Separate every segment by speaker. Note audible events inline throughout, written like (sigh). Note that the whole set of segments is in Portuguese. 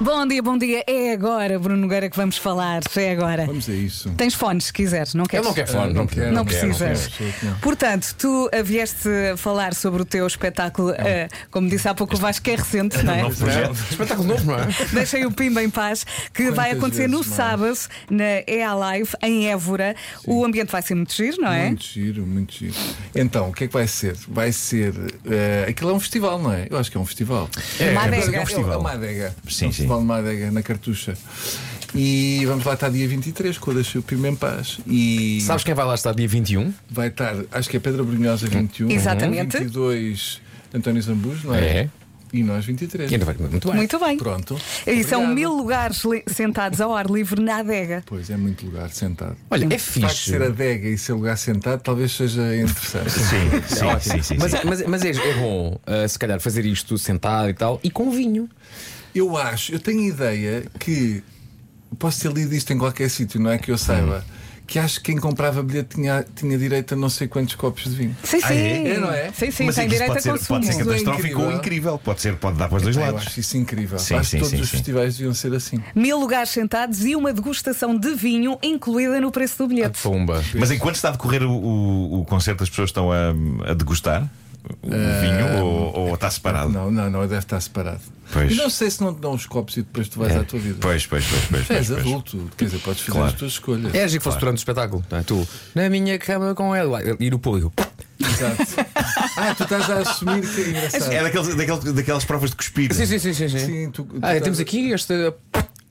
Speaker 1: Bom dia, bom dia. É agora, Bruno Nogueira, que vamos falar. É agora.
Speaker 2: Vamos a isso.
Speaker 1: Tens fones, se quiseres, não
Speaker 3: Eu
Speaker 1: queres?
Speaker 3: não quero fone,
Speaker 2: Ah,
Speaker 3: não
Speaker 2: não
Speaker 3: quero.
Speaker 2: quero,
Speaker 1: Não
Speaker 2: não quero,
Speaker 1: precisas.
Speaker 2: quero, absoluto não.
Speaker 1: Portanto, tu eh, vieste falar sobre o teu espetáculo, eh, como disse há pouco, o Vasco é recente, não é?
Speaker 3: Não, Espetáculo novo, não é?
Speaker 1: Deixei o Pimba em paz, que vai acontecer no
Speaker 2: vezes mais?
Speaker 1: sábado, na EA Live, em Évora. O ambiente vai ser muito giro, não é?
Speaker 2: Muito giro, muito giro. Então, o que é que vai ser? Vai ser. eh, aquilo é um festival, não é? Eu acho que é um festival.
Speaker 1: É, Uma
Speaker 2: É,
Speaker 1: adega.
Speaker 2: é um festival. É uma adega. É
Speaker 4: Sim,
Speaker 2: um
Speaker 4: sim.
Speaker 2: festival de uma adega na Cartucha. E vamos lá estar dia 23, quando deixei o Pima em Paz. E
Speaker 3: Sabes Uhum. quem vai lá estar dia 21?
Speaker 2: vai estar, acho que é Pedra Brunhosa 21.
Speaker 1: Exatamente.
Speaker 2: 22, António Zambujo, não é?
Speaker 3: É.
Speaker 2: E nós 23.
Speaker 3: E ainda vai muito bem.
Speaker 1: Muito bem.
Speaker 2: Pronto.
Speaker 1: E são
Speaker 2: Obrigado.
Speaker 1: mil lugares li- sentados ao ar livre na adega.
Speaker 2: Pois é, muito lugar sentado.
Speaker 3: Olha, é
Speaker 2: De facto,
Speaker 3: fixe.
Speaker 2: ser adega e ser lugar sentado talvez seja interessante.
Speaker 4: Sim, sim, sim, sim.
Speaker 3: Mas,
Speaker 4: sim.
Speaker 3: é- mas, mas é, é bom, ah, se calhar, fazer isto sentado e tal, e com vinho.
Speaker 2: Eu acho, eu tenho a ideia que posso ter lido isto em qualquer sítio, não é que eu saiba.
Speaker 4: Hum.
Speaker 2: Que acho que quem comprava bilhete tinha, tinha direito a não sei quantos copos de vinho.
Speaker 1: Sim, sim.
Speaker 4: é?
Speaker 2: É, não é?
Speaker 1: Sim, sim,
Speaker 4: Mas é
Speaker 1: tem
Speaker 4: que isso
Speaker 1: direito
Speaker 4: pode
Speaker 1: a
Speaker 4: ser,
Speaker 1: consumo.
Speaker 4: pode ser
Speaker 2: Isso é
Speaker 4: catastrófico ou
Speaker 2: incrível.
Speaker 4: incrível. Pode ser, pode dar para os dois
Speaker 2: Pá, Ah, eu
Speaker 4: lados.
Speaker 2: acho isso incrível.
Speaker 4: Sim,
Speaker 2: acho
Speaker 4: sim,
Speaker 2: que todos
Speaker 4: sim,
Speaker 2: os
Speaker 4: sim.
Speaker 2: festivais deviam ser assim.
Speaker 1: Mil lugares sentados e uma degustação de vinho incluída no preço do
Speaker 3: É.
Speaker 1: bilhete.
Speaker 3: Ah, Pumba.
Speaker 4: Mas enquanto está a decorrer o, o, o concerto, as pessoas estão a, a degustar o vinho ou, ou está separado?
Speaker 2: Não, não, não, deve estar separado.
Speaker 4: Pois. É.
Speaker 2: E Não sei se não te dão os copos e depois tu vais à tua vida.
Speaker 4: Pois, pois, pois, pois.
Speaker 2: És
Speaker 4: pois, pois.
Speaker 2: adulto, quer dizer, podes fazer
Speaker 4: Claro.
Speaker 2: as tuas escolhas.
Speaker 3: É, giro que fosse durante o espetáculo. não é? Tu, na minha cama com ela, e no público.
Speaker 2: Exato. ah, tu estás a assumir que é engraçado.
Speaker 4: É daqueles, daqueles- daquelas provas de cuspir.
Speaker 3: Sim, sim, sim, sim. sim.
Speaker 2: Sim, tu- tu
Speaker 3: ah,
Speaker 2: estás-
Speaker 3: temos aqui este.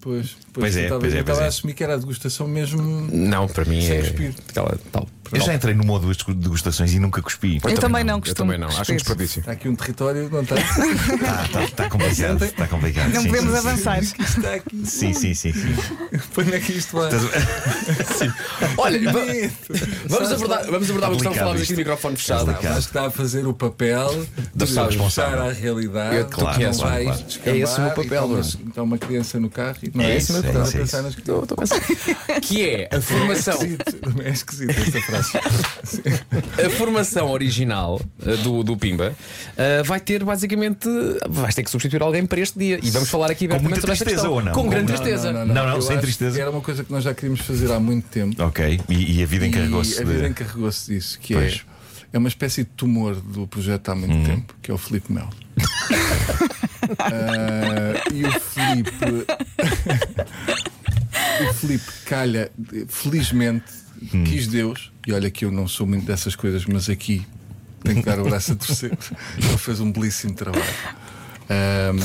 Speaker 2: Pois, pois,
Speaker 4: Pois é,
Speaker 2: eu estava-
Speaker 4: pois é,
Speaker 2: eu
Speaker 4: pois
Speaker 2: estava
Speaker 4: é.
Speaker 2: a assumir que era a degustação mesmo.
Speaker 3: Não, para mim
Speaker 2: Sem
Speaker 3: é.
Speaker 2: cuspir.
Speaker 3: Aquela tal.
Speaker 4: Eu já entrei numa ou duas degustações e nunca cuspi.
Speaker 1: Eu, também não,
Speaker 3: Eu
Speaker 1: costumo.
Speaker 3: também não, acho um
Speaker 1: cuspir.
Speaker 3: desperdício.
Speaker 2: Está aqui um território, não está?
Speaker 4: Está tá, tá complicado. Está complicado.
Speaker 1: Não
Speaker 4: sim,
Speaker 1: podemos
Speaker 4: sim, sim.
Speaker 3: Tá
Speaker 1: avançar.
Speaker 2: (laughs) está tá aqui.
Speaker 4: Sim, sim, sim. sim.
Speaker 2: Põe aqui isto lá.
Speaker 3: Olha, va-
Speaker 2: Bonito.
Speaker 3: vamos abordar, vamos abordar uma questão que
Speaker 4: Complicado
Speaker 3: falámos aqui
Speaker 4: isto.
Speaker 3: no microfone fechado.
Speaker 4: Complicado.
Speaker 2: Acho que está a fazer o papel de
Speaker 4: pessoa
Speaker 2: ajustar
Speaker 4: responsável.
Speaker 2: à realidade.
Speaker 3: Eu-
Speaker 4: claro,
Speaker 2: não
Speaker 4: claro,
Speaker 2: vais
Speaker 4: claro.
Speaker 2: descambar
Speaker 3: É esse o meu
Speaker 2: e
Speaker 3: papel,
Speaker 2: está uma-
Speaker 3: Bruno.
Speaker 2: Está uma criança no carro e não
Speaker 4: É
Speaker 2: é
Speaker 4: isso,
Speaker 2: isso,
Speaker 4: é
Speaker 2: estás
Speaker 4: isso,
Speaker 2: a
Speaker 4: é
Speaker 2: pensar
Speaker 4: isso.
Speaker 2: nas
Speaker 3: Estou- estou (laughs) cansado. Que é a formação,
Speaker 2: Esquisito. É esquisito
Speaker 3: (laughs)
Speaker 2: esta frase.
Speaker 3: a formação original eh, do, do Pimba eh, vai ter basicamente. Vais ter que substituir alguém para este dia. E vamos falar aqui
Speaker 4: Com
Speaker 3: abertamente
Speaker 4: muita
Speaker 3: sobre esta
Speaker 4: tristeza
Speaker 3: questão.
Speaker 4: ou não?
Speaker 3: Com
Speaker 4: Com-
Speaker 3: grande
Speaker 4: não,
Speaker 3: tristeza.
Speaker 4: Não, não,
Speaker 2: Eu
Speaker 4: sem
Speaker 2: acho
Speaker 4: tristeza.
Speaker 2: que Era uma coisa que nós já queríamos fazer há muito tempo.
Speaker 4: Ok. E, e a vida
Speaker 2: E
Speaker 4: encarregou-se.
Speaker 2: A
Speaker 4: de-
Speaker 2: vida encarregou-se disso, que
Speaker 4: Pois. Hum.
Speaker 2: é. É uma espécie de tumor do projeto há muito tempo, que é o Filipe Mel. (laughs) Ah, e o Filipe. (laughs) o Filipe calha, felizmente,
Speaker 4: Hum.
Speaker 2: quis Deus, e olha que eu não sou muito dessas coisas, mas aqui tenho que dar o braço a torcer.
Speaker 4: (laughs)
Speaker 2: Ele fez um belíssimo trabalho. Ahm,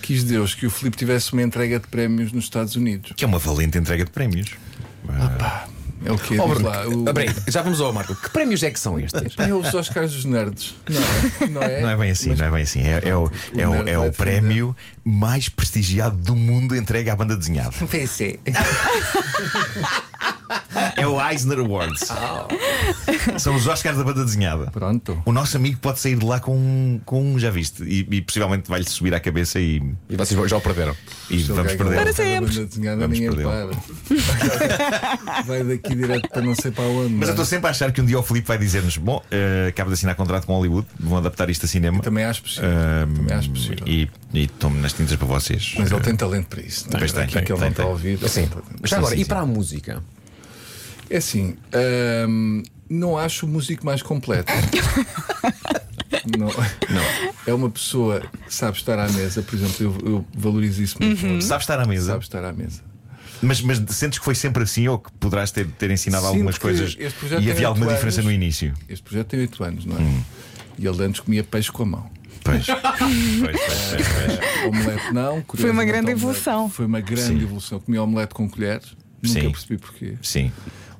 Speaker 2: quis Deus que o Filipe tivesse uma entrega de prémios nos Estados Unidos.
Speaker 4: Que é uma valente entrega de prémios.
Speaker 2: É o que é
Speaker 3: Oh,
Speaker 2: diz
Speaker 3: Bruno,
Speaker 2: lá. o-
Speaker 3: ah, peraí, já vamos ao Marco. Que prémios é que são estes?
Speaker 2: É os Oscars dos Nerds, não é? Não é,
Speaker 4: Não é bem assim, não é bem assim. É, é o, é o, é o prémio mais prestigiado do mundo entregue à
Speaker 2: (laughs)
Speaker 4: banda desenhada.
Speaker 2: PC.
Speaker 4: É o Eisner Awards.
Speaker 2: Ah.
Speaker 4: São os Oscars da banda desenhada.
Speaker 2: Pronto.
Speaker 4: O nosso amigo pode sair de lá com um, com um já viste, e, e possivelmente vai-lhe subir à cabeça e,
Speaker 3: E vocês já o perderam.
Speaker 4: e
Speaker 2: é
Speaker 4: vamos
Speaker 1: Para
Speaker 4: perder.
Speaker 1: sempre.
Speaker 4: Vamos
Speaker 2: Vamos
Speaker 4: perdê-lo.
Speaker 2: para. (laughs) Vai daqui direto para não sei para onde.
Speaker 4: Mas eu
Speaker 2: não
Speaker 4: estou
Speaker 2: é?
Speaker 4: sempre a achar que um dia o Filipe vai dizer-nos: Bom, eh, acabo de assinar contrato com Hollywood, vão adaptar isto a cinema.
Speaker 2: Também acho possível.
Speaker 4: Ahm,
Speaker 2: também acho possível.
Speaker 4: E, e tomo nas tintas para vocês.
Speaker 2: Mas ele tem talento para isso. Não é?
Speaker 4: Pois tem,
Speaker 2: Aqui
Speaker 4: tem,
Speaker 2: que ele
Speaker 4: tem,
Speaker 2: não está a
Speaker 4: tem.
Speaker 2: ouvir. ele
Speaker 3: Sim.
Speaker 2: tem talento.
Speaker 3: Já agora,
Speaker 4: sim,
Speaker 3: e
Speaker 4: sim.
Speaker 3: para a música?
Speaker 2: É assim, ahm, não acho o músico mais
Speaker 4: (laughs)
Speaker 2: completo. não. É uma pessoa que sabe estar à mesa, por exemplo, eu, eu valorizo isso muito.
Speaker 4: Sabes estar à mesa,
Speaker 2: Sabe estar à mesa.
Speaker 4: mas, mas sentes que foi sempre assim ou que poderás ter, ter ensinado
Speaker 2: Sinto
Speaker 4: algumas
Speaker 2: que
Speaker 4: coisas
Speaker 2: este projeto
Speaker 4: e
Speaker 2: tem
Speaker 4: havia alguma
Speaker 2: oito
Speaker 4: diferença
Speaker 2: anos.
Speaker 4: no início?
Speaker 2: Este projeto tem 8 anos, não é?
Speaker 4: Hum.
Speaker 2: E ele antes comia peixe com a mão. (laughs)
Speaker 4: Pois. pois, pois, pois, pois.
Speaker 2: Omelete
Speaker 4: (laughs)
Speaker 2: não, curiosamente,
Speaker 1: Foi uma grande
Speaker 2: omelete.
Speaker 1: evolução.
Speaker 2: Foi uma grande
Speaker 4: Sim.
Speaker 2: evolução. Comia omelete com colheres, nunca
Speaker 4: Sim.
Speaker 2: percebi porquê.
Speaker 4: Sim.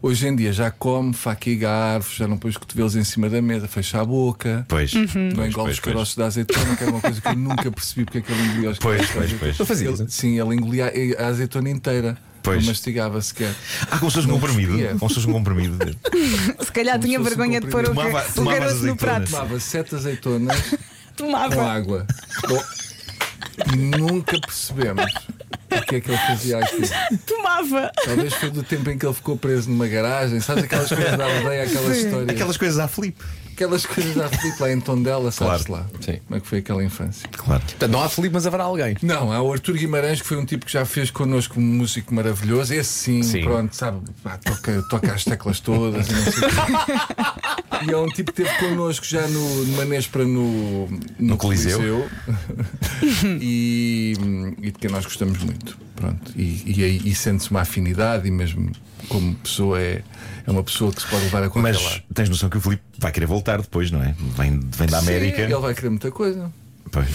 Speaker 2: Hoje em dia já come faca e garfo, já não põe os cotovelos em cima da mesa, fecha a boca,
Speaker 4: Pois.
Speaker 2: não
Speaker 4: Pois,
Speaker 2: engole
Speaker 4: pois,
Speaker 2: os
Speaker 4: pois.
Speaker 2: caroços da azeitona, que é uma coisa que eu nunca percebi porque é que ele engolia os
Speaker 4: Pois,
Speaker 2: caroços. da
Speaker 4: pois,
Speaker 2: azeitona.
Speaker 4: pois.
Speaker 3: Eu fazia isso.
Speaker 2: Ele- sim, ele engolia a azeitona inteira,
Speaker 4: Pois.
Speaker 2: não mastigava sequer.
Speaker 4: Ah, como se fosse um comprimido.
Speaker 2: percebia.
Speaker 4: Como se fosse
Speaker 2: (laughs)
Speaker 4: um comprimido.
Speaker 1: (laughs) Se calhar
Speaker 2: Como
Speaker 1: tinha
Speaker 2: se fosse um
Speaker 1: vergonha de pôr o,
Speaker 4: comprimido.
Speaker 1: gar- o
Speaker 4: Tomava-
Speaker 1: garoto
Speaker 4: tomava
Speaker 1: no prato.
Speaker 4: azeitonas.
Speaker 2: Tomava sete azeitonas com
Speaker 1: Tomava.
Speaker 2: água. Com- E nunca percebemos o que é que ele fazia aqui.
Speaker 1: Tomava.
Speaker 2: Talvez foi do tempo em que ele ficou preso numa garagem, sabes aquelas coisas da aldeia, aquelas histórias.
Speaker 4: Aquelas coisas à Filipe.
Speaker 2: aquelas coisas da Filipe lá em Tondela, sabes
Speaker 4: Claro.
Speaker 2: lá
Speaker 3: Sim.
Speaker 2: como é que foi aquela infância.
Speaker 4: Claro.
Speaker 3: Portanto, não há Felipe, mas haverá alguém.
Speaker 2: Não, há o Arthur Guimarães, que foi um tipo que já fez connosco um músico maravilhoso. Esse sim,
Speaker 3: Sim.
Speaker 2: pronto, sabe, pá, toca, toca as teclas todas e não sei o quê. E é um tipo que esteve connosco já no, numa Nespra no, no,
Speaker 4: Coliseu.
Speaker 2: (laughs) e, e de quem nós gostamos muito. Pronto. E, e, aí- e sente-se uma afinidade, e mesmo como pessoa, é, é uma pessoa que se pode levar a qualquer
Speaker 4: Mas
Speaker 2: lado.
Speaker 4: tens noção que o Filipe vai querer voltar depois, não é? Vem, vem da América.
Speaker 2: Sim, ele vai querer muita coisa.
Speaker 4: Pois.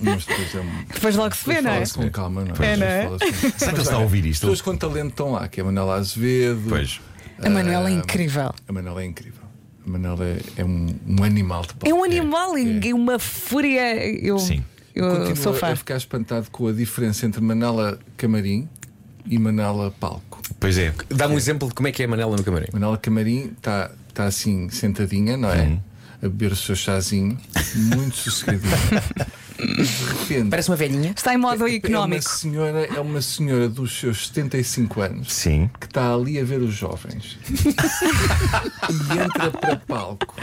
Speaker 2: Mas depois é um.
Speaker 1: Depois logo se vê, não é?
Speaker 2: Fala-se com calma, não
Speaker 1: É,
Speaker 2: é?
Speaker 1: não é?
Speaker 2: Fala-se com calma.
Speaker 4: Será que ele está a ouvir
Speaker 2: As
Speaker 4: isto?
Speaker 2: pessoas com talento estão lá, que é a Manela Azevedo.
Speaker 4: Pois.
Speaker 1: A Manuela é incrível.
Speaker 2: A Manela é incrível. A Manela é, é um, um animal de palco.
Speaker 1: É um animal e uma fúria. Eu,
Speaker 4: Sim.
Speaker 1: eu
Speaker 2: Continuo
Speaker 1: sou
Speaker 2: a
Speaker 1: fã.
Speaker 2: ficar espantado com a diferença entre Manela Camarim e Manela Palco.
Speaker 4: Pois é.
Speaker 3: Dá-me um exemplo de como é que é a Manela no camarim.
Speaker 2: Manela Camarim está tá assim, sentadinha, não é? A beber o seu chazinho, muito sossegadinha.
Speaker 1: (laughs)
Speaker 2: De repente.
Speaker 3: Parece uma velhinha.
Speaker 1: Está em modo
Speaker 2: É uma
Speaker 1: económico.
Speaker 2: senhora, é uma senhora dos seus 75 anos
Speaker 4: Sim.
Speaker 2: que está ali a ver os
Speaker 4: (laughs)
Speaker 2: jovens e entra para palco.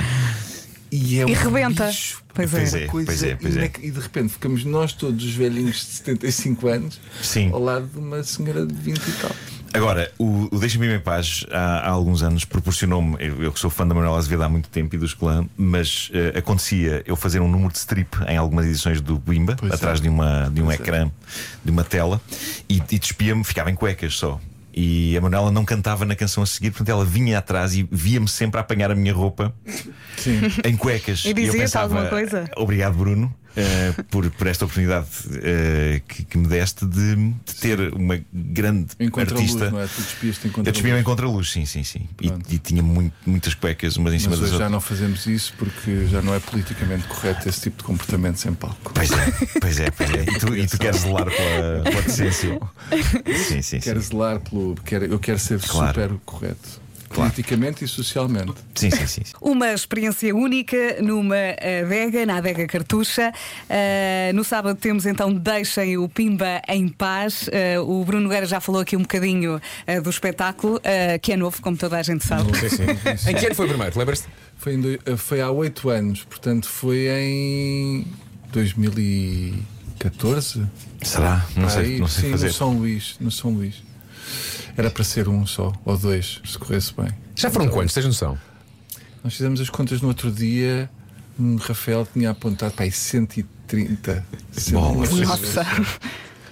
Speaker 2: E, é
Speaker 1: E
Speaker 2: um
Speaker 1: rebenta.
Speaker 2: bicho, pá,
Speaker 1: Pois é.
Speaker 4: Pois é.
Speaker 2: coisa
Speaker 4: pois é.
Speaker 2: inac- E de repente ficamos nós todos velhinhos de 75 anos
Speaker 4: Sim.
Speaker 2: ao lado de uma senhora de 20 e tal.
Speaker 4: Agora, o, o Deixa-me em paz há, há alguns anos proporcionou-me, eu, eu que sou fã da Manuela Azevedo há muito tempo e dos clã, mas eh, acontecia eu fazer um número de strip em algumas edições do Bimba,
Speaker 2: Pois é.
Speaker 4: atrás de, uma, de um
Speaker 2: Pois é.
Speaker 4: ecrã, de uma tela, e, e despia-me, ficava em cuecas só. E a Manuela não cantava na canção a seguir, portanto ela vinha atrás e via-me sempre a apanhar a minha roupa em
Speaker 1: (laughs)
Speaker 4: cuecas.
Speaker 1: E dizia-te
Speaker 4: eu pensava,
Speaker 1: alguma coisa?
Speaker 4: Obrigado, Bruno, eh, por, por esta oportunidade eh, que, que me deste de, de ter uma grande
Speaker 2: Encontra a luz,
Speaker 4: artista.
Speaker 2: não é? Tu despias-te
Speaker 4: Eu
Speaker 2: encontra
Speaker 4: desvia-me em
Speaker 2: luz.
Speaker 4: contra-luz, sim, sim, sim. E,
Speaker 2: Pronto.
Speaker 4: e tinha muito- muitas cuecas umas em cima
Speaker 2: Mas
Speaker 4: das
Speaker 2: hoje já
Speaker 4: outras.
Speaker 2: não fazemos isso porque já não é politicamente correto esse tipo de comportamento sem palco.
Speaker 4: Pois é, pois é, pois é. E tu, e tu queres zelar pela,
Speaker 2: (laughs)
Speaker 4: pela decência. Sim, sim, sim.
Speaker 2: Quero zelar pelo. Quero, eu quero ser
Speaker 4: Claro.
Speaker 2: super correto.
Speaker 4: Claro.
Speaker 2: Politicamente e socialmente.
Speaker 4: Sim, sim, sim. sim.
Speaker 1: Uma experiência única numa eh, adega, na adega Cartucha. Ah, no sábado temos então Deixem o Pimba em Paz. Ah, o Bruno Nogueira já falou aqui um bocadinho ah, do espetáculo, ah, que é novo, como toda a gente sabe.
Speaker 3: Em que ano foi o primeiro? Lembras-te?
Speaker 2: Foi, em doi- eh, foi há oito anos, portanto foi em 2014.
Speaker 4: Será? Não
Speaker 2: Aí,
Speaker 4: sei, não sei
Speaker 2: sim,
Speaker 4: fazer.
Speaker 2: no São Luís, no São Luís. Era para ser um só, ou dois, se corresse bem.
Speaker 3: Já foram quantos? Tens noção?
Speaker 2: Nós fizemos as contas no outro dia, hum, Rafael tinha apontado para aí 130.
Speaker 4: Bolas.
Speaker 1: Nossa,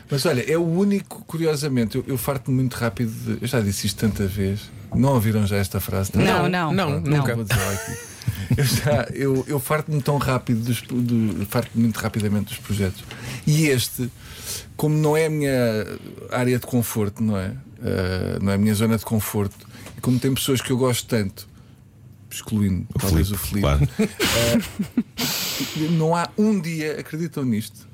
Speaker 2: Mas olha, é o único, curiosamente, eu, eu farto-me muito rápido, de- eu já disse isto tanta vez. Não ouviram já esta frase? tá?
Speaker 1: Não, não.
Speaker 3: Não,
Speaker 1: Não.
Speaker 3: nunca.
Speaker 2: Vou dizer aqui. Eu, já- eu- eu farto-me tão rápido dos, do, farto-me muito rapidamente dos projetos. E este, como não é a minha área de conforto, não é? Ah, não é a minha zona de conforto, e como tem pessoas que eu gosto tanto, excluindo
Speaker 4: O
Speaker 2: talvez
Speaker 4: Filipe,
Speaker 2: o Felipe,
Speaker 4: claro.
Speaker 2: não há um dia, acreditam nisto.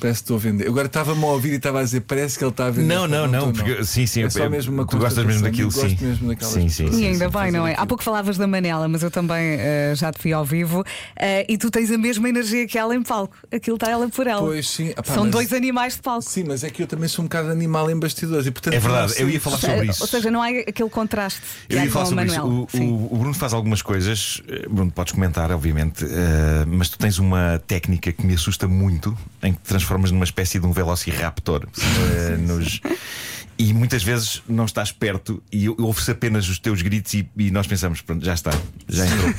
Speaker 2: Parece que estou a vender. Agora estava-me a ouvir e estava a dizer, parece que ele está a vender.
Speaker 4: Não, não,
Speaker 2: estou,
Speaker 4: não. Porque, assim- sim, sim.
Speaker 2: É só
Speaker 4: eu-
Speaker 2: mesmo uma
Speaker 4: tu gostas
Speaker 2: constatação,
Speaker 4: mesmo daquilo,
Speaker 2: eu gosto
Speaker 4: sim.
Speaker 2: mesmo daquelas
Speaker 4: sim, sim,
Speaker 2: coisas.
Speaker 4: sim,
Speaker 1: e ainda
Speaker 4: sim.
Speaker 1: bem, não é? Há pouco falavas da Manela, mas eu também ah, já te vi ao vivo. Ah, e tu tens a mesma energia que ela em palco. Aquilo está ela por ela.
Speaker 2: Pois sim, Epá,
Speaker 1: São
Speaker 2: mas-
Speaker 1: dois animais de palco.
Speaker 2: Sim, mas é que eu também sou um bocado animal em bastidores e portanto
Speaker 4: É verdade,
Speaker 2: não
Speaker 4: eu
Speaker 2: sei-
Speaker 4: ia falar sobre isso.
Speaker 1: Eh, Ou seja, não há aquele contraste. que
Speaker 4: Eu
Speaker 1: há
Speaker 4: ia
Speaker 1: com
Speaker 4: falar
Speaker 1: o
Speaker 4: sobre
Speaker 1: Manuel.
Speaker 4: isso. O,
Speaker 1: Sim.
Speaker 4: o- o Bruno faz algumas coisas, eh, Bruno, podes comentar, obviamente, eh, mas tu tens uma técnica que me assusta muito, em que te transformas numa espécie de um velociraptor. eh, nos- E muitas vezes não estás perto e ou- ouve-se apenas os teus gritos e, e nós pensamos, pronto, já está, já entrou.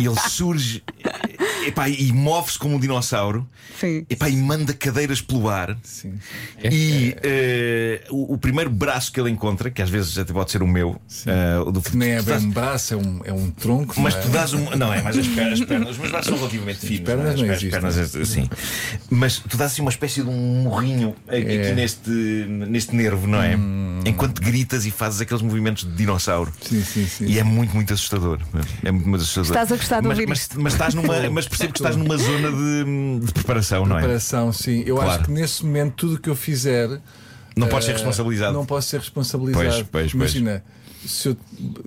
Speaker 4: e ele surge eh, epá, e move-se como um dinossauro
Speaker 1: Sim.
Speaker 4: epá, e manda cadeiras pelo ar.
Speaker 2: Sim.
Speaker 4: E eh, o, o primeiro braço que ele encontra, que às vezes até pode ser o meu, eh, o do
Speaker 2: Que nem é
Speaker 4: tu
Speaker 2: bem
Speaker 4: dás-
Speaker 2: um braço, é um, é um tronco. não
Speaker 4: Mas
Speaker 2: é?
Speaker 4: tu dás um. Não, é mais as pernas. As pernas os meus braços são relativamente finos.
Speaker 2: pernas
Speaker 4: não é?
Speaker 2: não
Speaker 4: as
Speaker 2: existem.
Speaker 4: pernas, as pernas assim. Mas tu dás assim uma espécie de um morrinho aqui,
Speaker 2: É. Hum.
Speaker 4: aqui neste, neste nervo, não é? Enquanto gritas e fazes aqueles movimentos de dinossauro.
Speaker 2: Sim, sim, sim.
Speaker 4: E é muito, muito assustador. É muito, muito assustador.
Speaker 1: Estás a gostar de
Speaker 4: mas,
Speaker 1: ouvir
Speaker 4: mas,
Speaker 1: isto.
Speaker 4: Mas,
Speaker 2: (laughs)
Speaker 4: estás numa, mas percebo que estás numa zona de, de preparação, não é?
Speaker 2: Preparação, sim. Eu
Speaker 4: Claro.
Speaker 2: acho que nesse momento tudo o que eu fizer.
Speaker 4: Não podes
Speaker 2: eh,
Speaker 4: ser responsabilizado.
Speaker 2: Não posso ser responsabilizado.
Speaker 4: Pois, pois, pois.
Speaker 2: Imagina, se eu,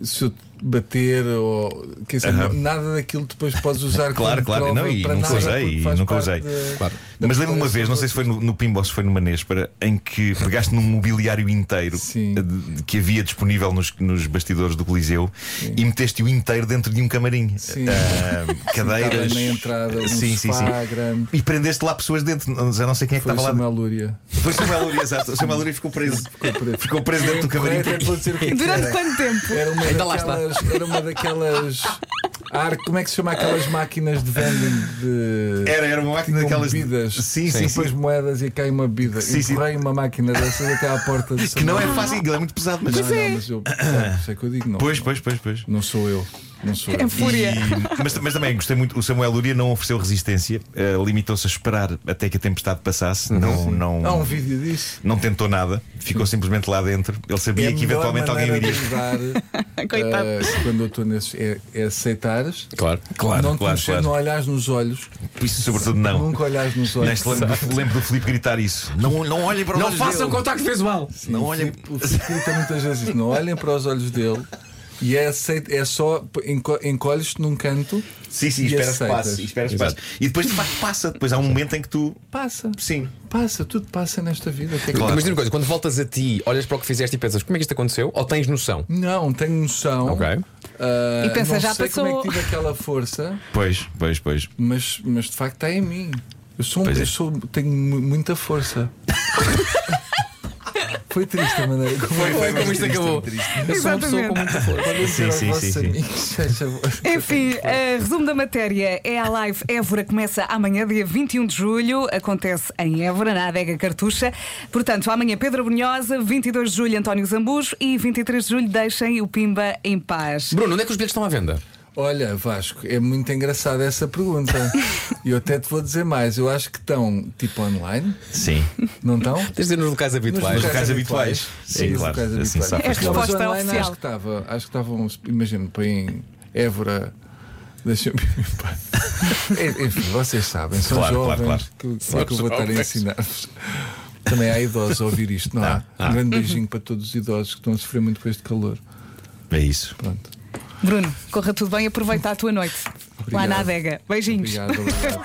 Speaker 2: se eu bater ou quer dizer,
Speaker 4: Aham.
Speaker 2: nada daquilo depois podes usar
Speaker 4: (laughs) Claro,
Speaker 2: como
Speaker 4: claro,
Speaker 2: prova
Speaker 4: não, e
Speaker 2: para
Speaker 4: nunca
Speaker 2: nada,
Speaker 4: usei,
Speaker 2: porque
Speaker 4: e
Speaker 2: faz
Speaker 4: nunca
Speaker 2: parte
Speaker 4: usei.
Speaker 2: da-
Speaker 3: Claro.
Speaker 2: da
Speaker 4: Mas lembro-me uma
Speaker 2: preparação
Speaker 4: vez, não sei se foi no, no Pimba ou se foi numa Nespera,
Speaker 2: (laughs)
Speaker 4: em que pegaste num mobiliário inteiro
Speaker 2: Sim.
Speaker 4: eh, de- que havia disponível nos, nos bastidores do Coliseu e meteste-o inteiro dentro de um camarim.
Speaker 2: Sim.
Speaker 4: Ah,
Speaker 2: (laughs)
Speaker 4: cadeiras.
Speaker 2: Estava na entrada, um
Speaker 4: sim, sim, sim.
Speaker 2: sofá grande.
Speaker 4: E prendeste lá pessoas dentro, não- já não sei quem é que
Speaker 2: Foi
Speaker 4: estava
Speaker 2: isso
Speaker 4: lá.
Speaker 2: uma lúria.
Speaker 4: Foi o Samuel Lúria, exato. O Samuel Lúria ficou preso.
Speaker 2: preso.
Speaker 4: Ficou preso dentro do camarim.
Speaker 2: Correto, é para dizer o que é que
Speaker 1: Durante
Speaker 4: (laughs)
Speaker 2: era.
Speaker 1: quanto tempo?
Speaker 2: Era uma
Speaker 3: Ainda lá
Speaker 2: daquelas. Era uma daquelas. ar- como é que se chama aquelas máquinas de vending de.
Speaker 4: Era, era uma máquina
Speaker 2: com
Speaker 4: É daquelas.
Speaker 2: bebidas.
Speaker 4: Sim,
Speaker 2: e
Speaker 4: sim,
Speaker 2: depois
Speaker 4: sim.
Speaker 2: moedas e cai uma bebida.
Speaker 4: Sim, sim.
Speaker 2: e correi uma máquina dessas até à porta do
Speaker 4: Que não é fácil, aquilo é muito pesado, mas.
Speaker 2: Não, não, mas eu. não sei o é que eu digo, não.
Speaker 4: Pois, pois, pois, pois.
Speaker 2: Não sou eu. Não sou
Speaker 1: Em
Speaker 2: eu.
Speaker 1: É fúria.
Speaker 4: E- mas, mas também gostei muito. O Samuel Lúria não ofereceu resistência, eh, limitou-se a esperar até que a tempestade passasse. Não, não,
Speaker 2: Há um vídeo disso.
Speaker 4: não tentou nada, ficou simplesmente lá dentro. Ele sabia
Speaker 2: É a
Speaker 4: que eventualmente
Speaker 2: melhor
Speaker 4: alguém
Speaker 2: maneira
Speaker 4: iria.
Speaker 2: de
Speaker 4: (laughs)
Speaker 2: ajudar,
Speaker 1: Coitado.
Speaker 2: eh, quando eu estou nesses. É, é aceitares.
Speaker 3: Claro.
Speaker 4: Claro,
Speaker 2: não te
Speaker 4: claro,
Speaker 2: mexer,
Speaker 4: claro.
Speaker 2: não olhares nos olhos.
Speaker 4: Isso, sobretudo, não.
Speaker 2: Nunca olhares nos olhos.
Speaker 4: Neste lembro, do- lembro do Filipe gritar isso. Não, não olhem para os
Speaker 3: Não
Speaker 4: olhos
Speaker 3: façam
Speaker 4: dele.
Speaker 3: contacto visual.
Speaker 4: Não
Speaker 2: O
Speaker 4: olhem.
Speaker 2: Filipe- O Filipe grita é muitas vezes isso. Não olhem para os olhos dele. E é, aceita, é só enco- encolhes-te num canto.
Speaker 4: Sim, sim,
Speaker 2: e
Speaker 4: espera que
Speaker 2: aceitas.
Speaker 4: passe. Espera que passe. E depois de facto passa. Depois há um momento em que tu.
Speaker 2: Passa.
Speaker 4: Sim.
Speaker 2: Passa, tudo passa nesta vida. O que é que
Speaker 4: Claro.
Speaker 2: passa?
Speaker 3: Mas diz uma coisa, quando voltas a ti, olhas para o que fizeste e pensas como é que isto aconteceu? Ou tens noção?
Speaker 2: Não, tenho noção.
Speaker 3: Ok.
Speaker 2: Ah,
Speaker 1: E pensa,
Speaker 2: não
Speaker 1: já
Speaker 2: sei como é
Speaker 1: passou.
Speaker 2: que tive aquela força,
Speaker 4: Pois, pois, pois.
Speaker 2: mas, mas de facto está em mim. Eu sou, um-
Speaker 4: Pois é.
Speaker 2: eu sou tenho mu- muita
Speaker 4: (laughs)
Speaker 2: força. Foi triste a maneira como
Speaker 3: Foi, foi como isto
Speaker 4: triste,
Speaker 3: acabou. Eu sou uma pessoa com muita força.
Speaker 2: Podem
Speaker 4: Sim,
Speaker 2: dizer aos
Speaker 4: sim,
Speaker 2: vossos
Speaker 4: sim, sim.
Speaker 2: amigos, (laughs) fecha a boca.
Speaker 1: Enfim, eh, resumo da matéria é a Live Évora começa amanhã, dia 21 de julho, acontece em Évora, na Adega Cartucha. Portanto, amanhã Pedro Brunhosa, 22 de julho António Zambujo e 23 de julho deixem o Pimba em paz.
Speaker 3: Bruno, onde é que os bilhetes estão à venda?
Speaker 2: Olha, Vasco, é muito engraçada
Speaker 1: (laughs)
Speaker 2: essa pergunta. E eu até te vou dizer mais. Eu acho que estão tipo online,
Speaker 4: Sim.
Speaker 2: não estão?
Speaker 3: Tens de dizer nos locais habituais.
Speaker 4: Nos locais habituais. Sim,
Speaker 2: nos
Speaker 4: claro.
Speaker 2: locais
Speaker 4: Assim
Speaker 2: habituais.
Speaker 4: safas
Speaker 1: É a
Speaker 2: Mas
Speaker 1: resposta
Speaker 2: online
Speaker 1: oficial.
Speaker 2: Acho que estava, acho que estavam, imagino, põe em Évora. Deixa-me.
Speaker 4: (laughs)
Speaker 2: pá. É, Enfim, vocês sabem, são
Speaker 4: Claro, claro,
Speaker 2: jovens.
Speaker 4: claro.
Speaker 2: Que, como é que eu vou estar a ensinar-vos? Também há idosos a ouvir isto, não
Speaker 4: Ah,
Speaker 2: há? Um grande beijinho para todos os idosos que estão a sofrer muito com este calor.
Speaker 4: É isso.
Speaker 2: Pronto.
Speaker 1: Bruno, corra tudo bem, aproveita a tua noite lá na
Speaker 2: Obrigado.
Speaker 1: Adega. Beijinhos. (laughs)
Speaker 2: Obrigado. obrigado.